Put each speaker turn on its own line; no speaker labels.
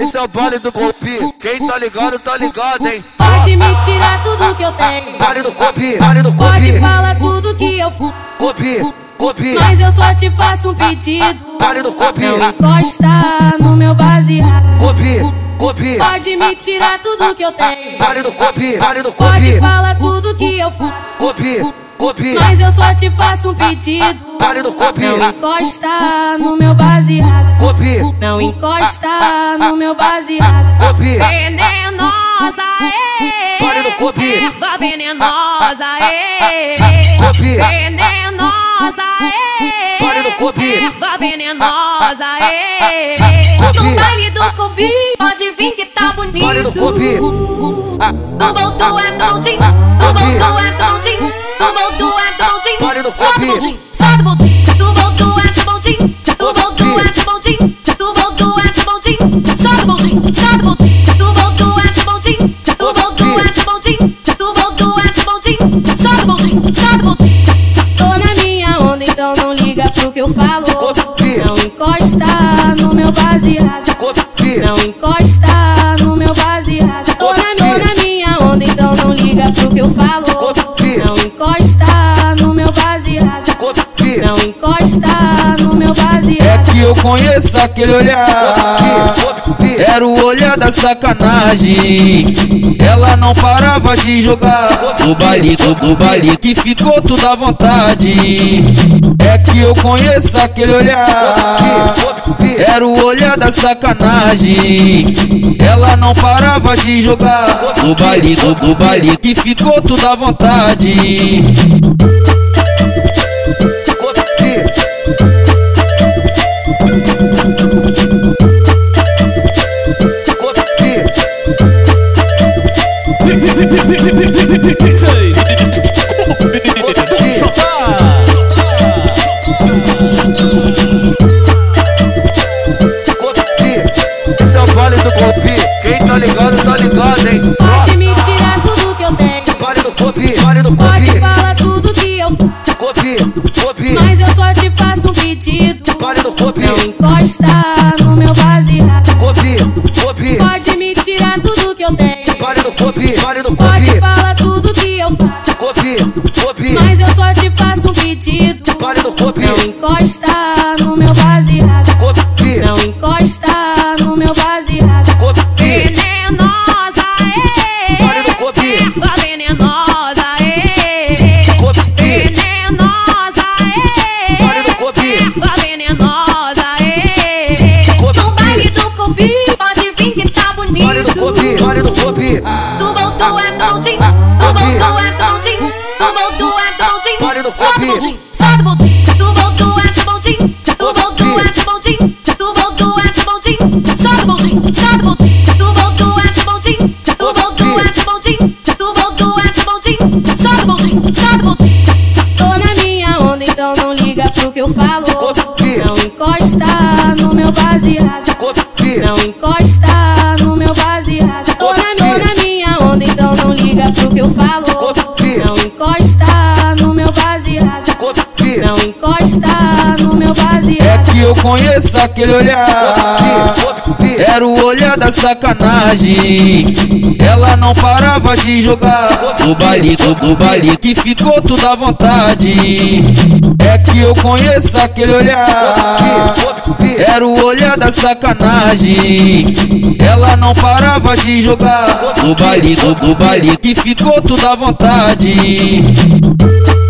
Esse é o baile do golpe. Quem tá ligado, tá ligado, hein?
Pode me tirar tudo que eu tenho.
Baile do golpe, baile do
Pode
golpe.
falar tudo que eu faço.
Golpe, golpe.
Mas eu só te faço um pedido.
Vale do copi.
Não encosta no meu baseado.
Golpe, golpe.
Pode me tirar tudo que eu tenho.
Baile do golpe, baile do
Pode
golpe.
falar tudo que eu faço.
Golpe, golpe.
Mas eu só te faço um pedido.
Vale do copi.
Não encosta no meu baseado.
Golpe,
Não
ah,
encosta no meu baseado.
golpe.
Venenosa,
uh,
é.
Pare do cupi.
Erva venenosa, é.
uh,
Cupi.
Venenosa, é.
Pare do
Uh,
cupi.
Erva venenosa, é.
Cupi.
No baile do cupi, pode vir que tá
Uh,
bonito.
Pare do cupi. ah,
No voltou é
uh,
noite, no
Cupi.
voltou é noite, no voltou
uh,
é noite.
Pare do
Só no
cupi.
bondinho, só no bondinho. No voltou é de bondinho, no voltou é de bondinho, no voltou é de bondinho. Só no bondinho, só no bondinho. No voltou é de bondinho, no voltou é de bondinho, no voltou é de bondinho. Só no bondinho, só no bondinho.
Tô na minha onda, então não liga pro que eu falo.
Copi.
Não encosta no meu baseado.
Golpe,
Não encosta no meu baseado. Tô na, tô na minha onda, então não liga pro que eu falo. Não encosta no meu baseado.
golpe.
Não encosta no meu
É
baseado.
que eu conheço aquele olhar.
Golpe,
É.
Era o olhar da sacanagem. Ela não parava de jogar. O baile, o, o baile que ficou tudo à vontade. É que eu conheço aquele olhar.
golpe.
Era o olhar da sacanagem. Ela não parava de jogar. O baile, o, o baile que ficou tudo à vontade.
Golpe. Golpe. Esse é o vale do golpe. Quem tá ligado, tá ligado, hein?
Pode me tirar tudo que eu tenho.
Vale do golpe, vale do
Pode
golpe.
falar tudo que eu faço.
Golpe, golpe.
Mas eu só te faço um pedido.
Vale do golpe.
Não encosta no meu baseado.
Golpe, golpe.
Pode me tirar tudo que eu tenho.
Vale do golpe, vale do
Pode
golpe.
falar tudo que eu faço.
Golpe, golpe.
Mas eu só te faço um pedido.
Vale do golpe.
Não encosta no meu baseado.
Golpe,
Não encosta no meu baseado.
golpe.
Venenosa,
Pare do cupi.
é. Erva venenosa, é.
Golpe,
Venenosa, é.
Pare do cupi.
Erva venenosa, é.
Cupi.
No baile do cupi, pode vir que tá bonito.
vale do golpe, vale do golpe.
Do voltou é noite, do
Cupi.
voltou é noite, do voltou é
Pare do
noite. Só no
cupi.
bondinho, só no bondinho. Do voltou é de bondinho, do voltou é de bondinho, do voltou é de bondinho. Só no bondinho, só no bondinho. Do voltou é de bondinho, do voltou é de bondinho, do voltou é de bondinho. Só no bondinho, só no bondinho.
Tô na minha onda, então não liga pro que eu falo.
Golpe.
Não encosta no meu baseado.
Golpe,
Não encosta no meu baseado. Tô na, tô na minha onda, então não liga pro que eu falo.
Golpe.
Não encosta no meu baseado.
golpe.
Não encosta no meu
É
baseado.
que eu conheço aquele olhar. Era o olhar da sacanagem. Ela não parava de jogar. O baile, o, o baile que ficou tudo à vontade. É que eu conheço aquele olhar. Era o olhar da sacanagem. Ela não parava de jogar. O baile, o, o baile que ficou tudo à vontade.